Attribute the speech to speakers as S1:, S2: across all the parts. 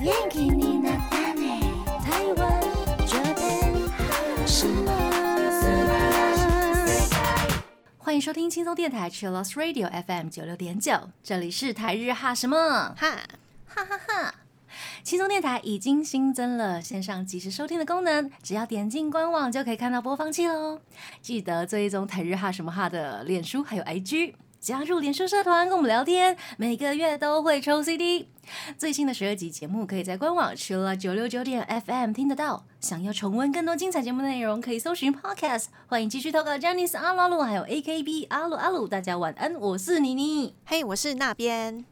S1: 元気になったね台湾这边什么？
S2: 欢迎收听轻松电台 Chillus Radio FM 九六点九，这里是台日哈什么
S3: 哈，
S2: 哈哈哈。轻松电台已经新增了线上即时收听的功能，只要点进官网就可以看到播放器喽。记得追踪台日哈什么哈的脸书还有 IG，加入脸书社团跟我们聊天，每个月都会抽 CD。最新的十二集节目可以在官网 c h i l l 九六九点 FM 听得到。想要重温更多精彩节目内容，可以搜寻 Podcast。欢迎继续投稿 j a n i c e 阿鲁阿鲁，还有 AKB 阿鲁阿鲁。大家晚安，我是妮妮。
S3: 嘿，我是那边，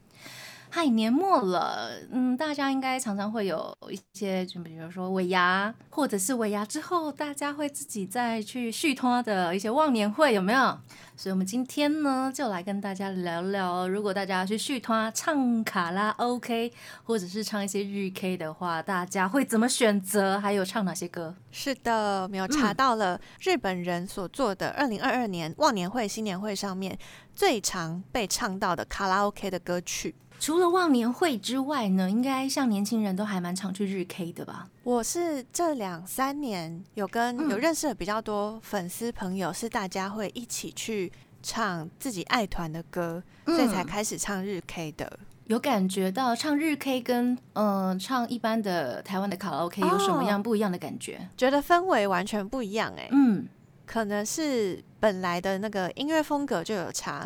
S2: 嗨，年末了，嗯，大家应该常常会有一些，就比如说尾牙，或者是尾牙之后，大家会自己再去续托的一些忘年会，有没有？所以，我们今天呢，就来跟大家聊聊，如果大家去续托唱卡拉 OK，或者是唱一些日 K 的话，大家会怎么选择？还有唱哪些歌？
S3: 是的，没有
S2: 嗯
S3: 查到了日本人所做的二零二二年忘年会、新年会上面最常被唱到的卡拉 OK 的歌曲。
S2: 除了忘年会之外呢，应该像年轻人都还蛮常去日 K 的吧？
S3: 我是这两三年有跟
S2: 嗯
S3: 有认识的比较多粉丝朋友，是大家会一起去唱自己爱团的歌，所以才
S2: 嗯
S3: 开始唱日 K 的。
S2: 有感觉到唱日 K 跟嗯、呃唱一般的台湾的卡拉 OK 有
S3: 哦
S2: 什么样不一样的感觉？
S3: 觉得氛围完全不一样哎、
S2: 嗯，
S3: 可能是本来的那个音乐风格就有差，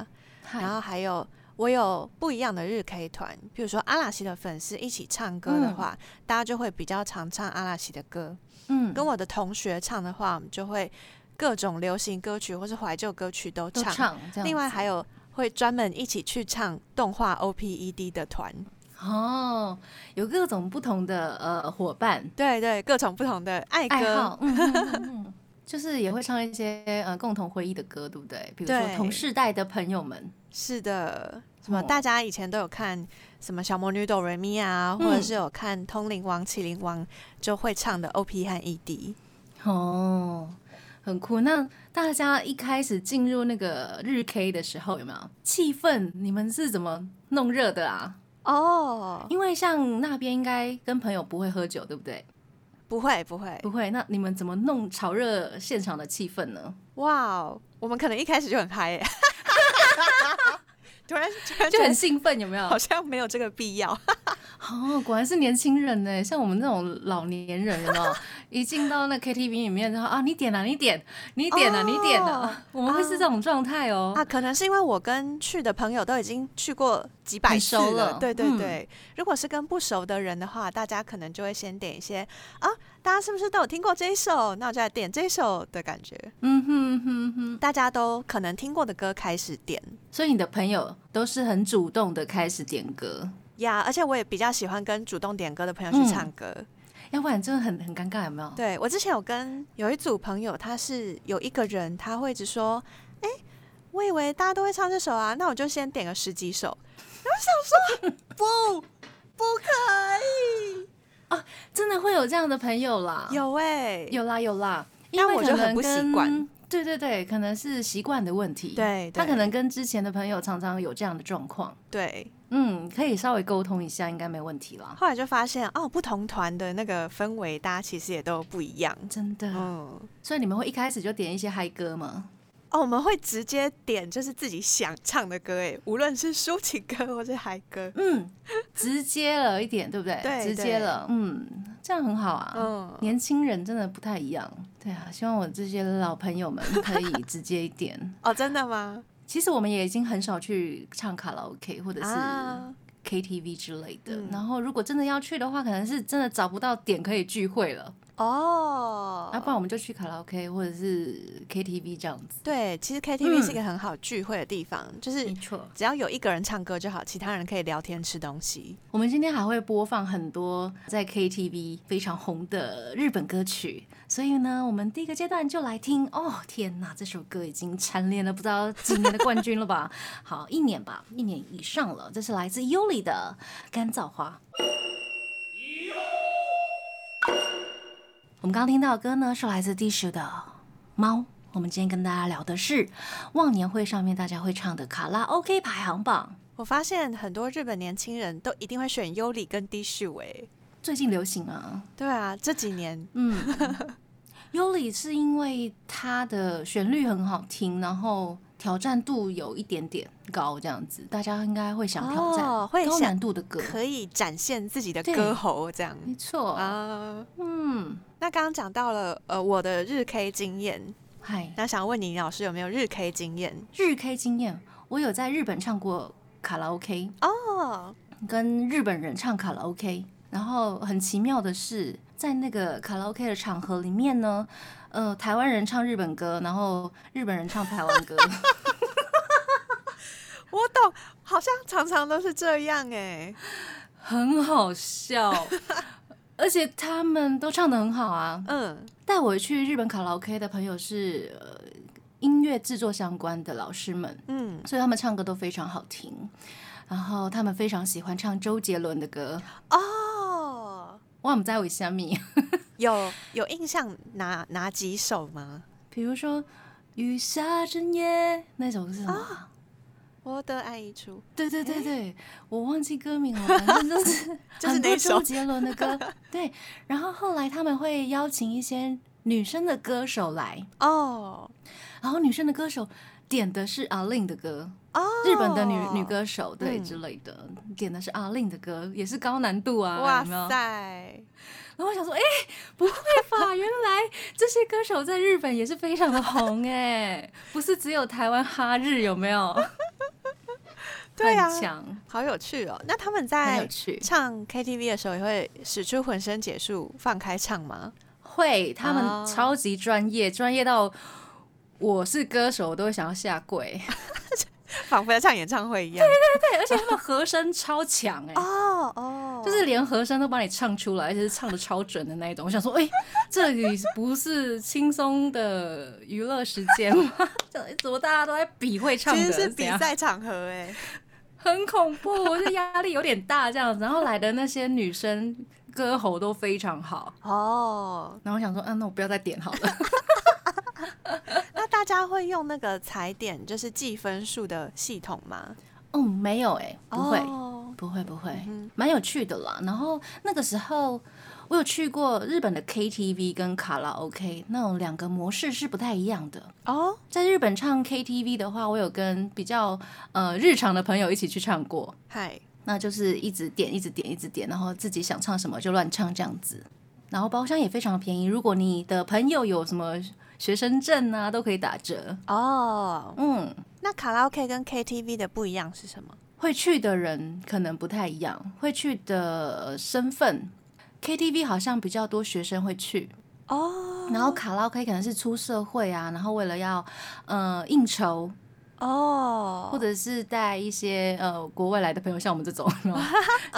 S3: 然
S2: 嗨，
S3: 后还有我有不一样的日 K 团，比如说阿拉西的粉丝一起唱歌的
S2: 嗯
S3: 话，大家就会比较常唱阿拉西的歌；
S2: 嗯，
S3: 跟我的同学唱的话，我们就会各种流行歌曲或是怀旧歌曲都
S2: 都
S3: 唱。
S2: 唱这样。
S3: 另外还有会专门一起去唱动画 OPED 的团，
S2: 哦，有各种不同的呃伙伴
S3: 对对，各种不同的爱
S2: 爱
S3: 歌。
S2: 好，嗯嗯嗯嗯嗯，就是也会唱一些呃共同回忆的歌，对不对？比如说
S3: 对
S2: 同世代的朋友们，
S3: 是的，什么
S2: 哦
S3: 大家以前都有看什么小魔女哆瑞咪啊，或者
S2: 嗯
S3: 是有看《通灵王》《麒麟王》就会唱的 OP 和 E ED。
S2: 哦，很酷。那大家一开始进入那个日 K 的时候，有没有气氛？你们是怎么弄热的啊？
S3: 哦，
S2: 因为像那边应该跟朋友不会喝酒，对不对？
S3: 不会不会，
S2: 不会，那你们怎么弄炒热现场的气氛呢？
S3: 哇哦，我们可能一开始就很 嗨耶，突然突然
S2: 就很
S3: 觉
S2: 兴奋，有没有
S3: 得？好像没有这个必要。
S2: 哦，果然是年轻人呢，像我们这种老年人，有没有？ 一进到那 KTV 里面，然后啊，你点啊，你点，你点啊，
S3: 哦
S2: 你点啊，我们会是这种状态哦。
S3: 啊，可能是因为我跟去的朋友都已经去过几百
S2: 很
S3: 次
S2: 熟了
S3: 对对
S2: 嗯
S3: 对。如果是跟不熟的人的话，大家可能就会先点一些啊，大家是不是都有听过这一首？那我就来点这一首的感觉，
S2: 嗯哼哼哼，
S3: 大家都可能听过的歌开始点
S2: 所以你的朋友都是很主动的开始点歌，
S3: 呀。而且我也比较喜欢跟主动点歌的朋友
S2: 嗯
S3: 去唱歌。
S2: 要不然真的很很尴尬，有没有？
S3: 对我之前有跟有一组朋友，他是有一个人，他会一直说，哎、我以为大家都会唱这首啊，那我就先点个十几首。然后想说不。不可以，
S2: 真的会有这样的朋友啦，
S3: 有哎、
S2: 啊有啦有啦，因
S3: 但
S2: 为
S3: 我
S2: 可
S3: 就很
S2: 能
S3: 不习
S2: 跟
S3: 惯。
S2: 对对对，可能是习惯的问题。，
S3: 对，
S2: 他
S3: 对
S2: 可能跟之前的朋友常常有这样的状况。
S3: 对。
S2: 嗯，可以稍微沟通一下，应该没问题啦。
S3: 后来就发现哦，不同团的那个氛围，大家其实也都不一样。
S2: 真的，
S3: 嗯，
S2: 所以你们会一开始就点一些嗨歌吗？
S3: 哦，我们会直接点就是自己想唱的歌，哎，无论是抒情歌或是嗨歌。
S2: 嗯，直接了一点，对不对？
S3: 对
S2: 直接了，嗯，这样很好啊。
S3: 嗯，
S2: 年轻人真的不太一样，对啊，希望我这些老朋友们可以直接一 点。
S3: 哦，真的吗？
S2: 其实我们也已经很少去唱卡拉 OK 或者是
S3: 啊，
S2: KTV 之类的。
S3: 嗯
S2: 然后如果真的要去的话，可能是真的找不到点可以聚会了，啊
S3: 哦，
S2: 要、不然我们就去卡拉 OK 或者是 KTV 这样子。
S3: 对，其实 KTV
S2: 嗯
S3: 是一个很好聚会的地方，就是
S2: 错。
S3: 只要有一个人唱歌就好，其他人可以聊天吃东西。
S2: 我们今天还会播放很多在 KTV 非常红的日本歌曲，所以呢，我们第一个阶段就来听。哦，天哪，这首歌已经蝉联了不知道几年的冠军了吧？好，一年吧，一年以上了。这是来自优里的《干燥花》。我们刚刚听到的歌呢，是来自 Dish 的《猫》。我们今天跟大家聊的是忘年会上面大家会唱的卡拉 OK 排行榜。
S3: 我发现很多日本年轻人都一定会选优里跟低序尾，
S2: 最近流行啊。
S3: 对啊，这几年
S2: 嗯，尤里是因为它的旋律很好听，然后挑战度有一点点高，这样子大家应该会想挑战、
S3: 哦会
S2: 高
S3: 想
S2: 难度的歌。
S3: 可以展现自己的
S2: 对
S3: 歌喉这样
S2: 没错，
S3: 啊。
S2: 嗯，
S3: 那刚刚讲到了呃我的日 K 经验，
S2: 嗨，
S3: 那想问你老师有没有日 K 经验？
S2: 日 K 经验，我有在日本唱过卡拉 OK，
S3: 哦，
S2: 跟日本人唱卡拉 OK。然后很奇妙的是，在那个卡拉 OK 的场合里面呢，呃，台湾人唱日本歌，然后日本人唱台湾歌，
S3: 我懂，好像常常都是这样哎、
S2: 很好笑。 而且他们都唱的很好啊。
S3: 嗯，
S2: 带我去日本卡拉 OK 的朋友是呃音乐制作相关的老师们，
S3: 嗯，
S2: 所以他们唱歌都非常好听。然后他们非常喜欢唱周杰伦的歌，
S3: 哦，
S2: 我们在为虾米？
S3: 有有印象哪哪几首吗？
S2: 比如说雨下整夜那首是什么啊？
S3: 我的爱溢出，
S2: 对对对对，我忘记歌名了，反正就是
S3: 就是
S2: 很
S3: 那
S2: 多
S3: 首
S2: 周杰伦的歌。对，然后后来他们会邀请一些女生的歌手来，
S3: 哦
S2: 然后女生的歌手点的是阿令的歌，
S3: 哦，
S2: 日本的女女，歌手对
S3: 嗯
S2: 之类的，点的是阿令的歌，也是高难度啊，
S3: 哇
S2: 有没有
S3: 塞，
S2: 然后我想说，哎、不会吧？原来这些歌手在日本也是非常的红哎、 不是只有台湾哈日有没有？
S3: 对啊哎
S2: 很强，
S3: 好有趣哦。那他们
S2: 很有
S3: 在
S2: 趣。
S3: 唱 KTV 的时候也会使出浑身解数放开唱吗？
S2: 会，他
S3: 哦
S2: 们超级专业，专业到我是歌手我都会想要下 跪。
S3: 仿佛在唱演唱会一样。
S2: 对，而且他们和声超强哎、
S3: 哦哦，
S2: 就是连和声都帮你唱出来，而且是唱的超准的那一种。我想说，哎、这里不是轻松的娱乐时间吗？ 这怎么大家都在比会唱
S3: 其
S2: 的？
S3: 实是比
S2: 怎样
S3: 赛场合哎、
S2: 很恐怖，我就压力有点大这样子。然后来的那些女生歌喉都非常好，
S3: 哦，
S2: 然后我想说，嗯、那我不要再点好了。
S3: 那大家会用那个踩点，就是计分数的系统吗？
S2: 嗯，没有哎、不会，
S3: 哦
S2: 不会，不会
S3: 嗯，
S2: 蛮有趣的啦。然后那个时候我有去过日本的 KTV 跟卡拉 OK，那种两个模式是不太一样的。
S3: 哦
S2: 在日本唱 KTV 的话，我有跟比较呃日常的朋友一起去唱过，
S3: 嗨，
S2: 那就是一直点，一直点，一直点，然后自己想唱什么就乱唱这样子。然后包厢也非常便宜，如果你的朋友有什么学生证啊，都可以打折。
S3: 哦，
S2: 嗯，
S3: 那卡拉 OK 跟 KTV 的不一样是什么？
S2: 会去的人可能不太一样，会去的呃身份，KTV 好像比较多学生会去，
S3: 哦
S2: 然后卡拉 OK 可能是出社会啊，然后为了要呃应酬，
S3: 哦，
S2: 或者是带一些呃国外来的朋友，像我们这种， 然后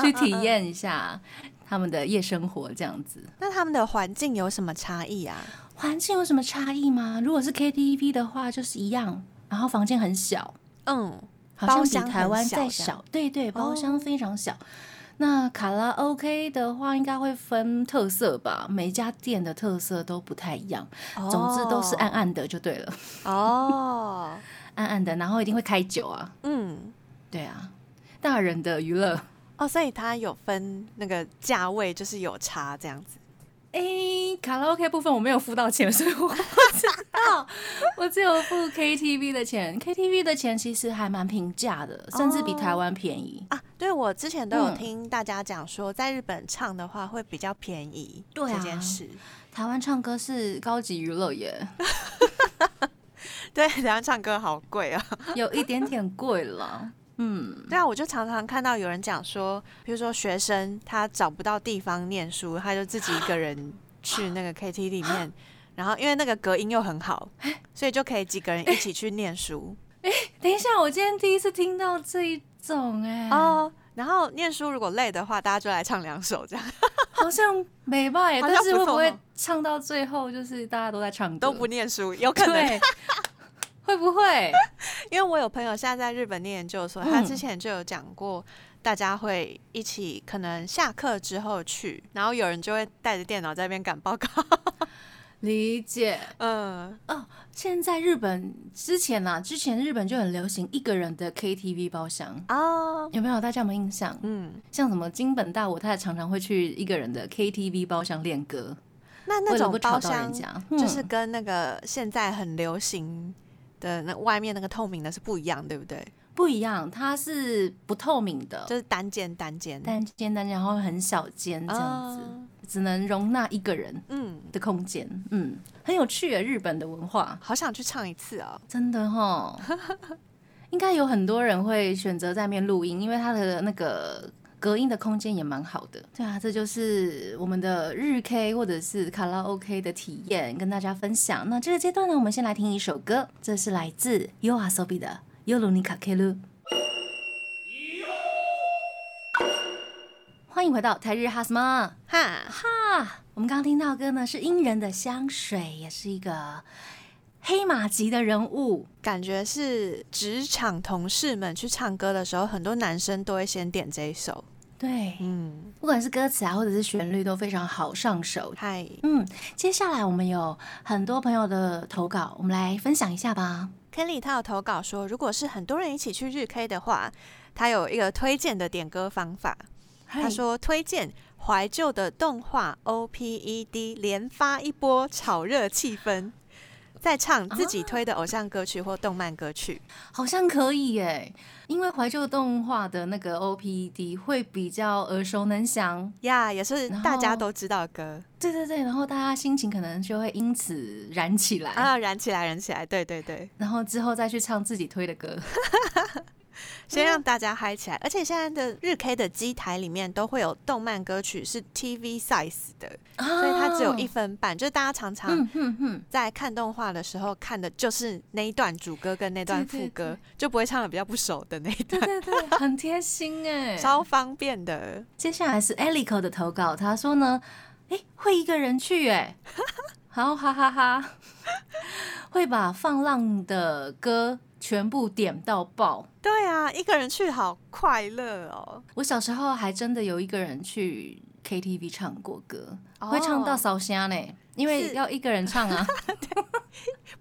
S2: 去体验一下他们的夜生活这样子。
S3: 那他们的环境有什么差异啊？
S2: 环境有什么差异吗？如果是 KTV 的话，就是一样，然后房间很小，
S3: 嗯，
S2: 好像
S3: 包
S2: 比
S3: 厢很
S2: 台湾再
S3: 小这哦
S2: 小，对对，包厢非常小。那卡拉 OK 的话，应该会分特色吧，每一家店的特色都不太一样，总之都是暗暗的就对了，
S3: 哦，
S2: 暗暗的，然后一定会开酒啊，
S3: 嗯，
S2: 对啊，大人的娱乐。
S3: 哦，所以它有分那个价位，就是有差这样子。
S2: 诶、卡拉 OK 部分我没有付到钱， 所以我不知道，我只有付 KTV 的钱。KTV 的钱其实还蛮平价的，甚至比
S3: 哦
S2: 台湾便宜。
S3: 啊，对，我之前都有
S2: 嗯
S3: 听大家讲说，在日本唱的话会比较便宜，
S2: 对啊
S3: 这件事，
S2: 台湾唱歌是高级娱乐耶，
S3: 对，然后唱歌好贵啊。
S2: 有一点点贵了。嗯，
S3: 对啊，我就常常看到有人讲说，比如说学生他找不到地方念书，他就自己一个人去那个 KT 里面，然后因为那个隔音又很 好，所以就可以几个人一起去念书
S2: 等一下，我今天第一次听到这一种哎、
S3: 哦。然后念书如果累的话，大家就来唱两首，这样
S2: 好像美吧耶，
S3: 好像
S2: 但是
S3: 不
S2: 会
S3: 错
S2: 不会
S3: 哦
S2: 唱到最后就是大家都在唱歌，
S3: 都不念书，有可能。
S2: 对， 会不会？
S3: 因为我有朋友现在在日本念研究所，他
S2: 嗯
S3: 之前就有讲过，大家会一起 可能下课之后去，然后有人就会带着电脑在那边赶报告。
S2: 理解
S3: 嗯，
S2: 哦。现在日本之前啦、之前日本就很流行一个人的 KTV 包厢，
S3: 哦，
S2: 有没有？大家有没有印象？
S3: 嗯，
S2: 像什么金本大我，他也常常会去一个人的 KTV 包厢练歌，
S3: 那
S2: 为
S3: 那
S2: 了
S3: 种
S2: 不吵
S3: 包
S2: 到人
S3: 厢
S2: 家，
S3: 就是
S2: 嗯
S3: 跟那个现在很流行的那外面那个透明的是不一样，对不对？
S2: 不一样，它是不透明的，
S3: 就是单间单间，
S2: 哦单间单间，然后很小间这样子，
S3: 哦
S2: 只能容纳一个人
S3: 嗯，
S2: 的空间，嗯，很有趣耶，日本的文化
S3: 好想去唱一次哦。
S2: 真的哈， 应该有很多人会选择在面录音，因为它的那个。隔音的空间也蛮好的，对啊，这就是我们的日 K 或者是卡拉 OK 的体验，跟大家分享。那这个阶段呢，我们先来听一首歌，这是来自 Yo Asobi 的《Yoru ni k a k e r 欢迎回到台日哈什么？
S3: 哈，
S2: 哈，我们刚刚听到的歌呢是鹰人的香水，也是一个黑马级的人物。
S3: 感觉是职场同事们去唱歌的时候，很多男生都会先点这一首。
S2: 对，
S3: 嗯，
S2: 不管是歌词啊，或者是旋律都非常好上手。
S3: 嗨，
S2: 嗯，接下来我们有很多朋友的投稿，我们来分享一下吧。
S3: Kelly 他有投稿说，如果是很多人一起去日 K 的话，他有一个推荐的点歌方法。
S2: 哎
S3: 他说推荐怀旧的动画 OPED 连发一波炒热气氛，再唱自己推的偶像歌曲或动漫歌曲。
S2: 好像可以耶，因为怀旧动画的那个 OPED 会比较耳熟能详。
S3: 呀、也是
S2: 然后
S3: 大家都知道的歌
S2: 对对对，然后大家心情可能就会因此燃起来，
S3: 啊，燃起来，燃起来，对对对，
S2: 然后之后再去唱自己推的歌。
S3: 先
S2: 嗯
S3: 让大家嗨起来。而且现在的日 K 的机台里面都会有动漫歌曲是 TV size 的，所
S2: 所
S3: 以它只有一分半，就是大家常常
S2: 哦嗯哼哼，
S3: 在看动画的时候看的就是那一段主歌跟那段
S2: 对对
S3: 副歌，就不会唱的比较不熟的那一段，
S2: 对对，很贴心 哎、
S3: 超方便的。
S2: 接下来是 Alico 的投稿，他说呢，诶，会一个人去 哎、然后哈哈哈 会把放浪的歌全部点到爆。
S3: 对啊，一个人去好快乐哦。
S2: 我小时候还真的有一个人去 KTV 唱过歌，
S3: 哦
S2: 会唱到烧香呢，因为
S3: 是
S2: 要一个人唱 啊。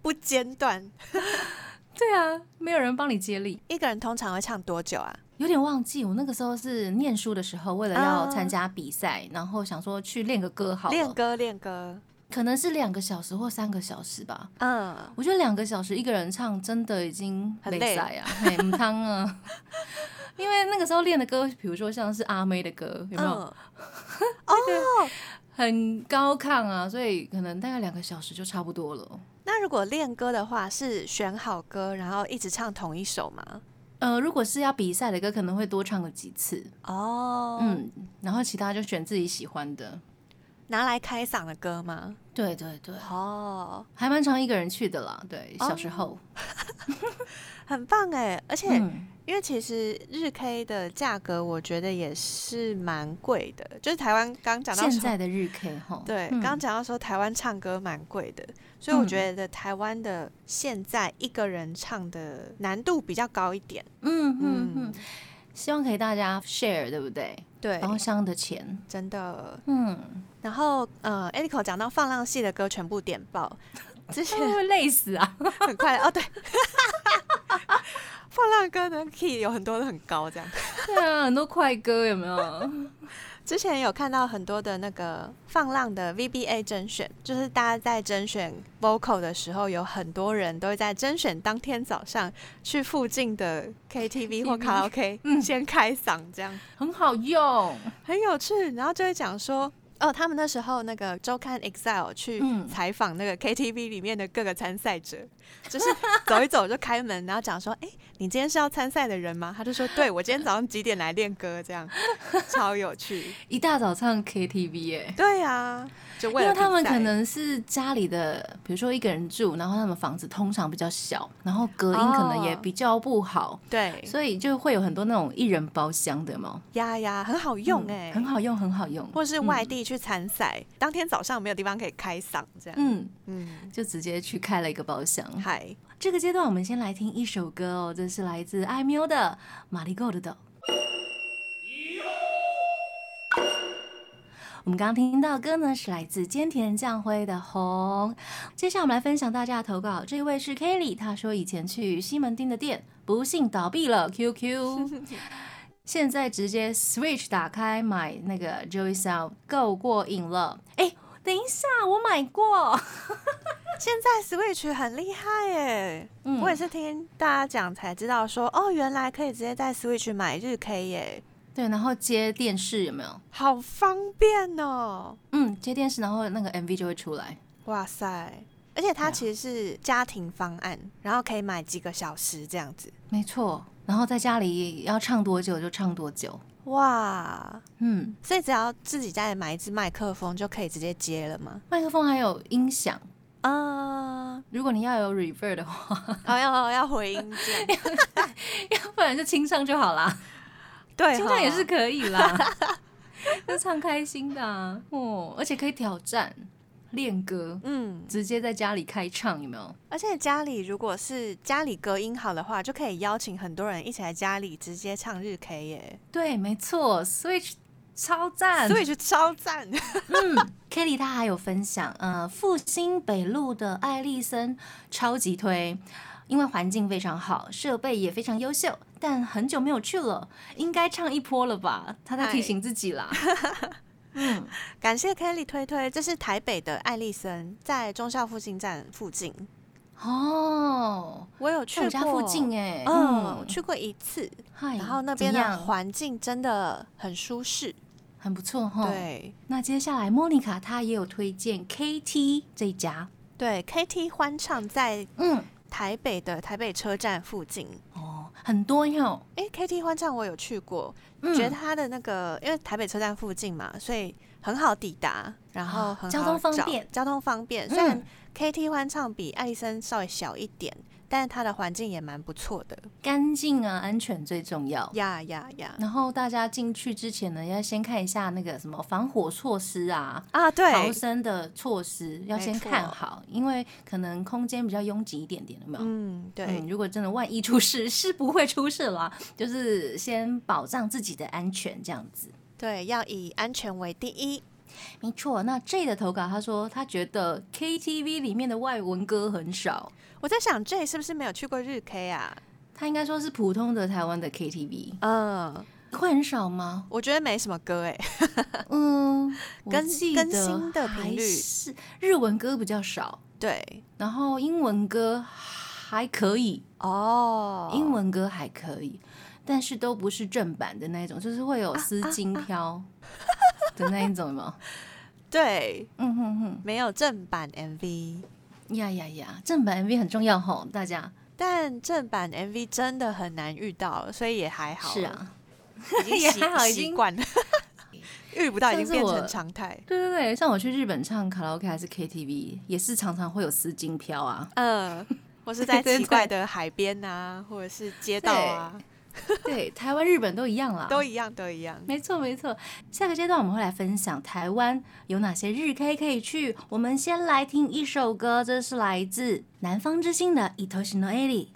S3: 不间断，
S2: 对啊，没有人帮你接力。
S3: 一个人通常会唱多久啊？
S2: 有点忘记，我那个时候是念书的时候，为了要
S3: 啊
S2: 参加比赛，然后想说去练个歌好了。哦
S3: 练歌，练歌。
S2: 可能是两个小时或三个小时吧。
S3: 嗯，
S2: 我觉得两个小时一个人唱真的已经
S3: 很累
S2: 塞啊，很母汤啊。 因为那个时候练的歌，比如说像是阿妹的歌，有没有、
S3: 嗯，
S2: 很高亢啊？所以可能大概两个小时就差不多了。
S3: 那如果练歌的话，是选好歌，然后一直唱同一首吗？
S2: 呃，如果是要比赛的歌，可能会多唱个几次，
S3: 哦，嗯，
S2: 嗯，然后其他就选自己喜欢的。
S3: 拿来开嗓的歌吗？
S2: 对对对，
S3: 哦，
S2: 还蛮常一个人去的啦。对，
S3: 哦
S2: 小时候，
S3: 很棒哎！而且
S2: 嗯，
S3: 因为其实日 K 的价格，我觉得也是蛮贵的，就是台湾刚讲到
S2: 现
S3: 说，
S2: 在的日 K 哈，
S3: 对，
S2: 嗯
S3: 刚刚讲到说台湾唱歌蛮贵的，所以我
S2: 嗯
S3: 觉得台湾的现在一个人唱的难度比较高一点。
S2: 嗯嗯
S3: 嗯
S2: 嗯，，希望给大家 share，对不对？
S3: 对，
S2: 包厢的钱。
S3: 真的。
S2: 哦嗯，
S3: 然后呃 e l i c o 讲到放浪系的歌全部点爆，之 前
S2: 会不会累死啊？
S3: 很快哦，对， 放浪歌的 key 有很多都很高这样。
S2: 对啊，很多快歌有没 有？
S3: 之前有看到很多的那个放浪的 VBA 甄选，就是大家在甄选 vocal 的时候，有很多人都会在甄选当天早上去附近的 KTV 或卡拉 OK，
S2: 嗯
S3: 先开嗓，这样
S2: 很好用。
S3: 很有趣。然后就会讲说。哦，他们那时候那个周刊 Excel 去
S2: 嗯
S3: 采访那个 KTV 里面的各个参赛者，就是走一走就开门，然后讲说：“哎、你今天是要参赛的人吗？”他就说：“对，我今天早上几点来练歌？”这样超有趣。
S2: 一大早唱 KTV 耶、
S3: 对呀、就
S2: 因
S3: 为了
S2: 为他们
S3: 比赛
S2: 可能是家里的，比如说一个人住，然后他们房子通常比较小，然后隔音
S3: 哦
S2: 可能也比较不好，
S3: 对
S2: 所以就会有很多那种一人包厢的嘛，
S3: 呀呀，很好用
S2: 嗯
S3: 哎、
S2: 很，好嗯用，很好用。
S3: 或是外地去参赛，当天早上没有地方可以开嗓，这样，
S2: 嗯，
S3: 嗯，
S2: 就直接去开了一个包厢。
S3: 嗨，
S2: 这个阶段，我们先来听一首歌哦，这是来自艾喵的《马里 g o 的》。我们刚刚听到的歌呢是来自菅田将晖的《红》。接下来我们来分享大家的投稿，这位是 Kelly，她说以前去西门町的店不幸倒闭了，QQ。现在直接 Switch 打开买那个 Joy Sound 够过瘾了。哎、等一下，我买过。
S3: 现在 Switch 很厉害耶，
S2: 嗯
S3: 我也是听大家讲才知道说，哦，原来可以直接在 Switch 买日 K 耶，
S2: 对，然后接电视有没有？
S3: 好方便哦！
S2: 嗯，接电视，然后那个 MV 就会出来。
S3: 哇塞，而且它
S2: 对啊
S3: 其实是家庭方案，然后可以买几个小时这样子，
S2: 没错，然后在家里要唱多久就唱多久。
S3: 哇！
S2: 嗯，
S3: 所以只要自己家里买一支麦克风就可以直接接了吗？
S2: 麦克风还有音响，
S3: 啊、
S2: 如果你要有 reverb 的话，
S3: 哦要要回音键，
S2: 要不然就清唱就好啦，
S3: 对，
S2: 清唱也是可以 啦，就唱开心的、啊、哦，而且可以挑战练歌，
S3: 嗯，
S2: 直接在家里开唱，有没有？
S3: 而且家里如果是家里隔音好的话，就可以邀请很多人一起来家里直接唱日 K 耶，
S2: 对，没错，Switch 超赞，
S3: 所以就超赞。
S2: 嗯，Kelly 她还有分享，呃，复兴北路的艾丽森超级推，因为环境非常好，设备也非常优秀，但很久没有去了，应该唱一波了吧？她在提醒自己啦。嗯，
S3: 感谢 Kelly 推推，这是台北的艾丽森，在中校复兴站附近，
S2: 哦，
S3: 我有
S2: 去
S3: 去
S2: 我
S3: 过
S2: 家附近哎、
S3: 嗯，我去过一次，
S2: 嗨，
S3: 然后那
S2: 怎
S3: 边的
S2: 样
S3: 环境真的很舒适，
S2: 很不错哈。，
S3: 对
S2: 那接下来莫妮卡她也有推荐 KT 这一家，
S3: 对，KT 欢唱在
S2: 嗯，
S3: 台北的台北车站附近。
S2: 哦，很多哟，
S3: 哎、k t 欢唱我有去过，
S2: 嗯，
S3: 觉得它的那个，因为台北车站附近嘛，所以很好抵达，然后
S2: 啊
S3: 很好
S2: 交通方
S3: 找
S2: 便嗯
S3: 交通方便。虽然 KT 欢唱比艾丽森稍微小一点，但是它的环境也蛮不错的。
S2: 干净啊，安全最重要。
S3: 呀呀呀！
S2: 然后大家进去之前呢，要先看一下那个什么防火措施啊，
S3: 啊，
S2: 逃
S3: 对，
S2: 生的措施要先看好，因为可能空间比较拥挤一点点，有没有？
S3: 嗯，对，
S2: 嗯如果真的万一出事， 是不会出事啦，就是先保障自己的安全这样子。
S3: 对，要以安全为第一。
S2: 没错，那 J 的投稿，他说他觉得 KTV 里面的外文歌很少，
S3: 我在想，J 是不是没有去过日 K 啊？
S2: 他应该说是普通的台湾的 KTV
S3: 嗯，
S2: 会很少吗？
S3: 我觉得没什么歌哎、
S2: 嗯，我
S3: 更
S2: 记
S3: 更
S2: 得
S3: 新的频
S2: 还
S3: 率
S2: 是日文歌比较少。
S3: 对，
S2: 然后英文歌还可以，
S3: 哦，
S2: 英文歌还可以，但是都不是正版的那一种，就是会
S3: 啊
S2: 有丝巾飘的那一种嘛。
S3: 对，
S2: 嗯哼哼，
S3: 没有正版 MV，
S2: 呀呀呀，正版 MV 很重要吼，大家
S3: 但正版 MV 真的很难遇到，所以也还好。
S2: 是，啊。
S3: 已
S2: 也
S3: 经习
S2: 还好已
S3: 习
S2: 经
S3: 惯了，遇不到已
S2: 上
S3: 经
S2: 次
S3: 变
S2: 我
S3: 成常态。
S2: 对对对，像我去日本唱卡拉 OK 还是 KTV，也是常常会有丝巾飘 啊。
S3: 嗯，我 是在
S2: 对对
S3: 奇怪的海边啊，或者是街道啊，
S2: 对，台湾、日本都一样啦。
S3: 都一样，都一样。
S2: 没错没错，下个阶段我们会来分享台湾有哪些日 K 可以去。我们先来听一首歌，这是来自南方之星的《伊头西诺艾里》。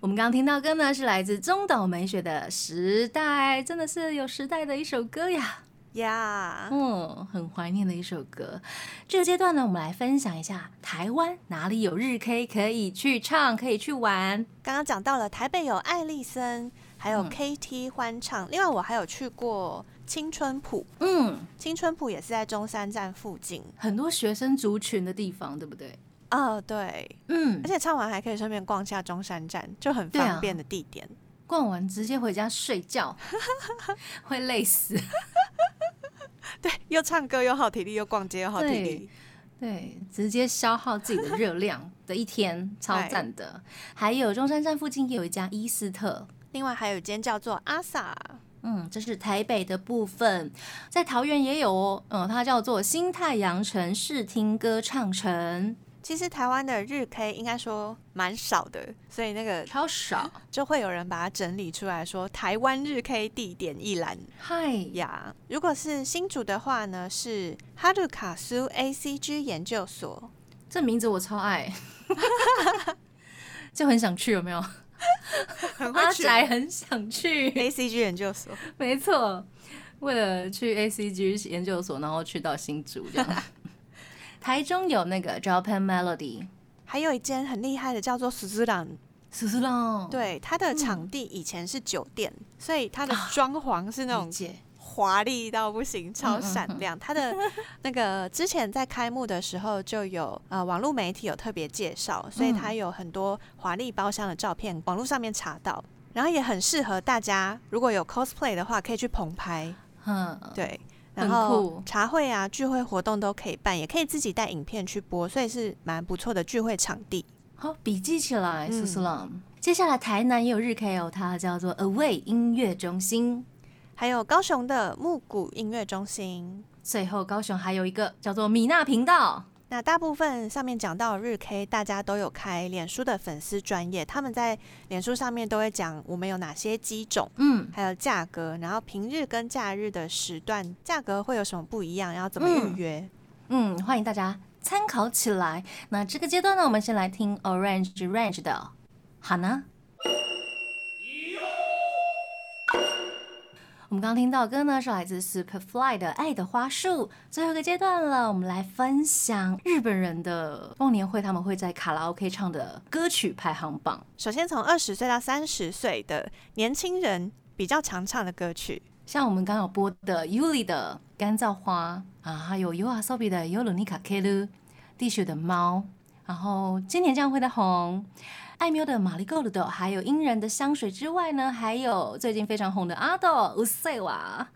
S2: 我们刚刚听到歌呢，是来自中岛美雪的《时代》，真的是有时代的一首歌呀。
S3: 呀、
S2: 嗯，很怀念的一首歌。这个阶段呢，我们来分享一下台湾哪里有日 K 可以去唱，可以去玩。
S3: 刚刚讲到了台北有艾丽森，还有
S2: 嗯
S3: KT 欢唱，另外我还有去过青春浦，
S2: 嗯，
S3: 青春浦也是在中山站附近。
S2: 很多学生族群的地方，对不对？
S3: 哦，对，
S2: 嗯
S3: 而，且唱完还可以顺便逛下中山站，就很
S2: 对啊
S3: 方便的地点。
S2: 逛完直接回家睡觉， 会累死。
S3: 对，又唱歌又好体力，又逛街又好体力。
S2: 对，直接消耗自己的热量的一 天，超赞的。还有中山站附近也有一家伊斯特。
S3: 另外还有一间叫做阿萨，
S2: 嗯，这是台北的部分，在桃园也有哦。嗯，它叫做新太阳城视听歌唱城，
S3: 其实台湾的日 K 应该说蛮少的，所以那个
S2: 超少。
S3: 就会有人把它整理出来说台湾日 K 地点一览
S2: 嗨，
S3: 呀。如果是新竹的话呢，是哈鲁卡苏 ACG 研究所。
S2: 这名字我超爱，就很想去，有没有？
S3: 很
S2: 阿
S3: 会取
S2: 宅很想去，
S3: A C G 研究所，
S2: 没错，为了去 ACG 研究所，然后去到新竹这样。台中有那个 Japan Melody，
S3: 还有一间很厉害的叫做 s u z u r a n
S2: 苏苏浪，
S3: 对，它的场地以前是酒店，所以它的装潢是那
S2: 理
S3: 种
S2: 解，
S3: 华丽到不
S2: 嗯
S3: 行，超闪亮。它 的那个之前在开幕的时候就有呃网络媒体有特别介 绍，所以
S2: 嗯
S3: 它有很多华丽包厢的照片，网络上面查到，然后也很适合大家，如果有 cosplay 的话，可以去棚拍，
S2: 嗯，
S3: 对。然
S2: 很
S3: 后
S2: 酷
S3: 茶会啊、聚会活动都可以办，也可以自己带影片去播，所以是蛮不错的聚会场地。
S2: 好，笔记起来，
S3: 嗯
S2: 苏苏浪。接下来台南也有日 K 哦，它叫做 Away 音乐中心。
S3: 还有高雄的木谷音乐中心。
S2: 最后，高雄还有一个叫做米娜频道，
S3: 那大部分上面讲到的日 K，大家都有开脸书的粉丝专业，他们在脸书上面都会讲我们有哪些机种，
S2: 嗯，
S3: 还有价格，然后平日跟假日的时段价格会有什么不一样，然后怎么预约。
S2: 嗯，欢迎大家参考起来。那这个阶段呢，我们先来听 Orange Range 的《好呢》。我们刚刚听到的歌呢，是来自 Superfly 的《爱的花束》。最后一个阶段了，我们来分享日本人的忘年会，他们会在卡拉 OK 唱的歌曲排行榜。
S3: 首先从二十岁到三十岁的年轻人比较常唱的歌曲，
S2: 像我们刚刚有播的 Yuli 的《干燥花》啊，还有 y o a s o b i 的《尤鲁尼卡 K 鲁》，地雪的猫，然后今年将会的红，艾喵的《玛丽够了的》，还有英人的香水之外呢，还有最近非常红的阿豆乌塞瓦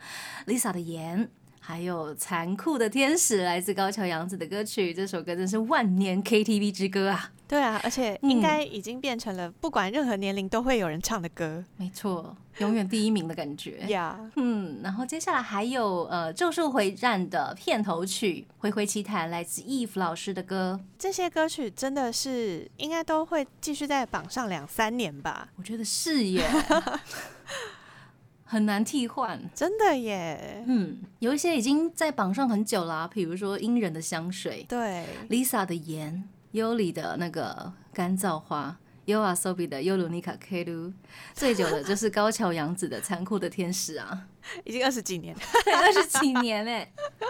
S2: ，Lisa 的盐。还有残酷的天使，来自高桥洋子的歌曲，这首歌真是万年 KTV 之歌啊！
S3: 对啊，而且应该已经变成了不管任何年龄都会有人唱的歌。
S2: 没错，永远第一名的感觉。
S3: 呀、
S2: 嗯，然后接下来还有呃《咒术回战》的片头曲《回回奇谭》，来自 Eve 老师的歌，
S3: 这些歌曲真的是应该都会继续在榜上两三年吧。
S2: 我觉得是耶，很难替换。
S3: 真的耶，
S2: 嗯，有一些已经在榜上很久啦、比如说殷人的香水、
S3: 对，
S2: Lisa 的盐、尤里的那个干燥花。y o a Sobi 的《尤鲁尼卡 K 鲁》， 最久的就是高桥洋子的《残酷的天使》啊。
S3: 已经二十几年了。
S2: 对，二十几年哎、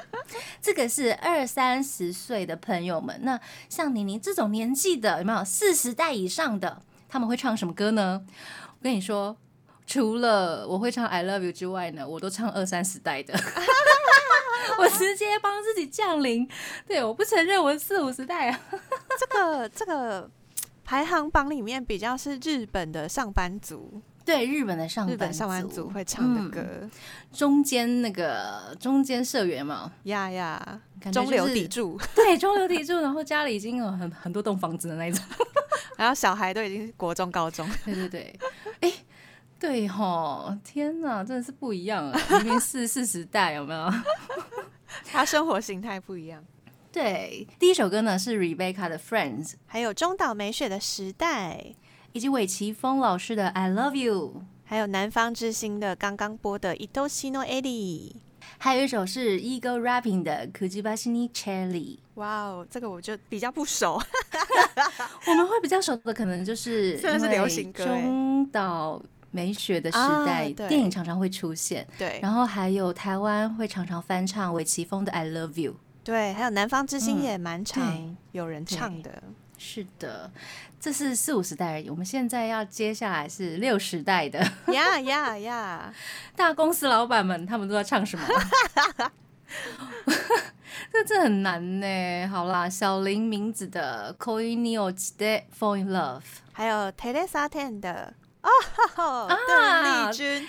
S2: 这个是二三十岁的朋友们。那像宁宁这种年纪的，有没有四十代以上的，他们会唱什么歌呢？我跟你说，除了我会唱《I Love You》之外呢，我都唱二三十代的。 我直接帮自己降临，对，我不承认我是四五十代啊。
S3: 这个这个排行榜里面比较是日本的上班族，
S2: 对，日本的上班
S3: 日本上班族会嗯唱的歌，
S2: 中间那个中间社员嘛，
S3: 呀呀，
S2: 感觉就
S3: 中
S2: 是
S3: 流砥柱，
S2: 对，中流砥柱，然后家里已经有很很多栋房子的那一种。
S3: 然后小孩都已经是国中、高中，
S2: 对对对，哎、对吼，天哪，真的是不一样啊！明明是四十代，有没有？
S3: 他生活形态不一样。
S2: 对，第一首歌呢是 Rebecca 的《Friends》，
S3: 还有中岛美雪的时代，
S2: 以及尾崎峰老师的《I Love You》，
S3: 还有南方之星的刚刚播的《伊豆西诺艾利》。
S2: 还有一首是 Ego Rapping 的《Kujibashini Cherry
S3: 哇哦，这个我就比较不熟。》。
S2: 我们会比较熟的可能就是
S3: 虽然是流行歌
S2: 因为
S3: 哎
S2: 中岛美雪的时代、
S3: 啊对
S2: 电影常常会出现，
S3: 对
S2: 然后还有台湾会常常翻唱尾崎峰的《I Love You》。
S3: 对，还有南方之星
S2: 嗯
S3: 也蛮
S2: 对
S3: 常有人
S2: 对
S3: 唱 的。
S2: 是的，这是四五十代而已。我们现在要接下来是六十代的
S3: 呀呀呀！
S2: 大公司老板们，他们都在唱什么 啊？这这很难呢。好啦，小林明子的《Coinio o Today Fall in Love》，
S3: 还有 Teresa Ten 的哦，
S2: 啊
S3: 邓丽君，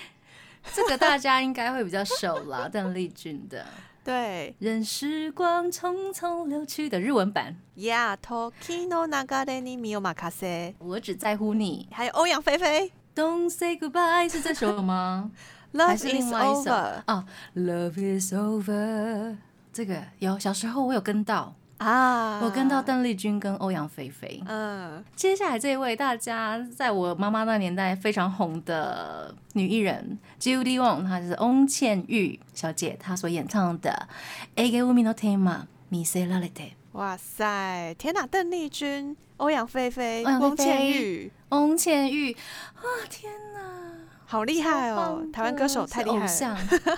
S2: 这个大家应该会比较熟啦。邓丽君的《
S3: 对
S2: 任时光匆匆流去》的日文版，
S3: ，Yeah Tokino Nagare ni mio makase，
S2: 我只在乎你。
S3: 还有欧阳菲菲
S2: Don't say goodbye 是这首吗？还
S3: ，Love
S2: 是另
S3: is
S2: 外一首
S3: over
S2: 啊，Love is over。这个有，小时候我有跟到，
S3: 啊，
S2: 我跟到，邓丽君跟欧阳菲菲。
S3: 嗯，
S2: 接下来这位大家在我妈妈那年代非常红的女艺人 Judy Wong，她是翁倩玉小姐，她所演唱的《A G U Mino Tema Miserable》。
S3: 哇塞，天哪！邓丽君、欧阳菲菲、
S2: 欧阳菲
S3: 翁倩
S2: 菲
S3: 玉，
S2: 翁倩玉啊，天哪，
S3: 好厉
S2: 超
S3: 害哦！
S2: 棒
S3: 台湾
S2: 的
S3: 歌手
S2: 是
S3: 太厉害
S2: 偶
S3: 了。
S2: 像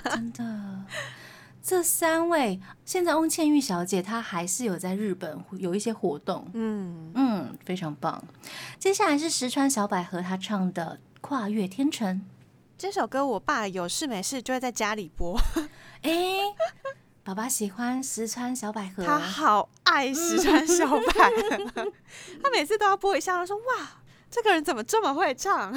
S2: 真的。这三位，现在翁倩玉小姐她还是有在日本有一些活动，
S3: 嗯，
S2: 嗯，非常棒。接下来是石川小百合她唱的《跨越天城
S3: 这首歌我爸有事没事就会在家里播，》。
S2: 哎，爸爸喜欢石川小百合，啊
S3: 他好爱石川小白， 他每次都要播一下，他说哇，这个人怎么这么会唱？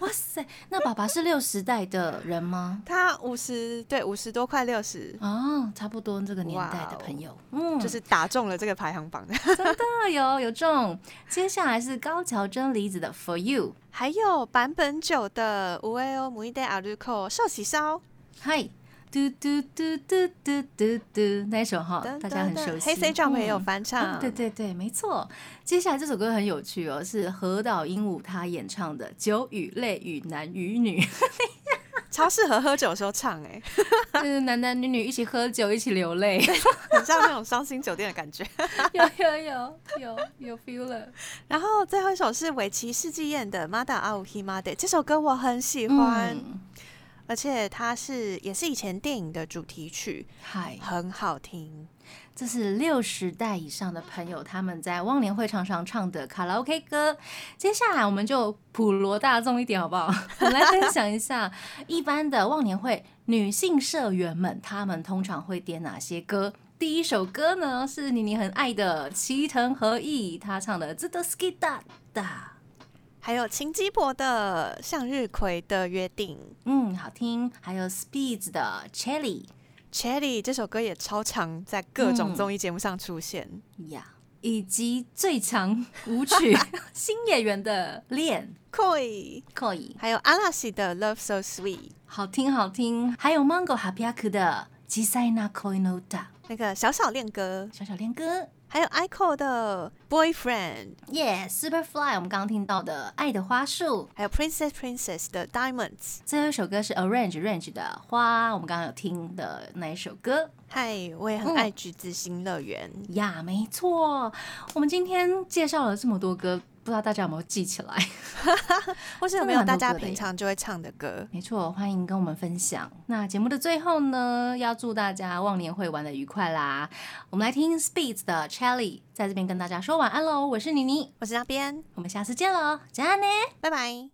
S2: 哇塞，那爸爸是六十代的人吗？
S3: 他五十对五十多快六十，
S2: 哦，差不多这个年代
S3: 哇
S2: 的
S3: 哦
S2: 朋友，嗯，
S3: 就是打中了这个排行 榜。
S2: 啊有有中。接下来是高桥真理子的《For You》，
S3: 还有版本九的《无畏哦母一代阿鲁口寿喜烧》，
S2: 嗨，嘟嘟嘟嘟嘟嘟嘟，那一首
S3: 哦
S2: 哈，大家很熟悉。
S3: 黑 C 帐也有
S2: 嗯
S3: 翻唱，
S2: 对对对，没错。接下来这首歌很有趣哦，是何岛鹦鹉她演唱的《酒与泪与男与女》，
S3: 超适合喝酒的时候唱、欸，
S2: 就是男男女女一起喝酒，一起流泪。
S3: 哎，很像那种伤心酒店的感 觉。
S2: 有有有有有 feel 了。
S3: 然后最后一首是尾崎世纪彦的《Mada a u h i m a d e 这首歌我很喜欢，
S2: 嗯，
S3: 而且它是也是以前电影的主题曲，
S2: 嗨，
S3: 很好听。
S2: 这是六十代以上的朋友他们在忘年会常常唱的卡拉 OK 歌。接下来我们就普罗大众一点好不 好？我们来分享一下一般的忘年会女性社员们她们通常会点哪些歌。第一首歌呢是妮妮很爱的齐藤和义，她唱的《z 都 ski da da》。
S3: 还有秦基博的《向日葵的约定
S2: 嗯，好听。还有 Speeds 的 Cherry，》
S3: ，Cherry 这首歌也超常在各
S2: 嗯
S3: 种综艺节目上出现。
S2: 呀以及最强舞曲新演员的恋
S3: Koi，
S2: 可以。
S3: 还有阿拉西的《Love So Sweet》，
S2: 好听好听，还有 Mango Happy Aku 的《小さな恋の歌》
S3: 那个小小恋歌，
S2: 小小恋歌。
S3: 还有 Ico 的《Boyfriend》，
S2: Yeah，Superfly，我们刚刚听到的《爱的花束》，
S3: 还有 Princess Princess 的《Diamonds》。
S2: 最后一首歌是 Orange Range 的《花》，我们刚刚有听的那一首歌。
S3: 嗨，我也很爱橘子新乐园。
S2: 呀、没错，我们今天介绍了这么多歌，不知道大家有没有记起来？
S3: 或是有没有大家平常就会唱的歌？
S2: 没错，欢迎跟我们分享。那节目的最后呢，要祝大家忘年会玩的愉快啦！我们来听 Speeds 的 Charlie，在这边跟大家说晚安喽。我是妮妮，
S3: 我是那边，
S2: 我们下次见喽，再见呢。
S3: 拜拜。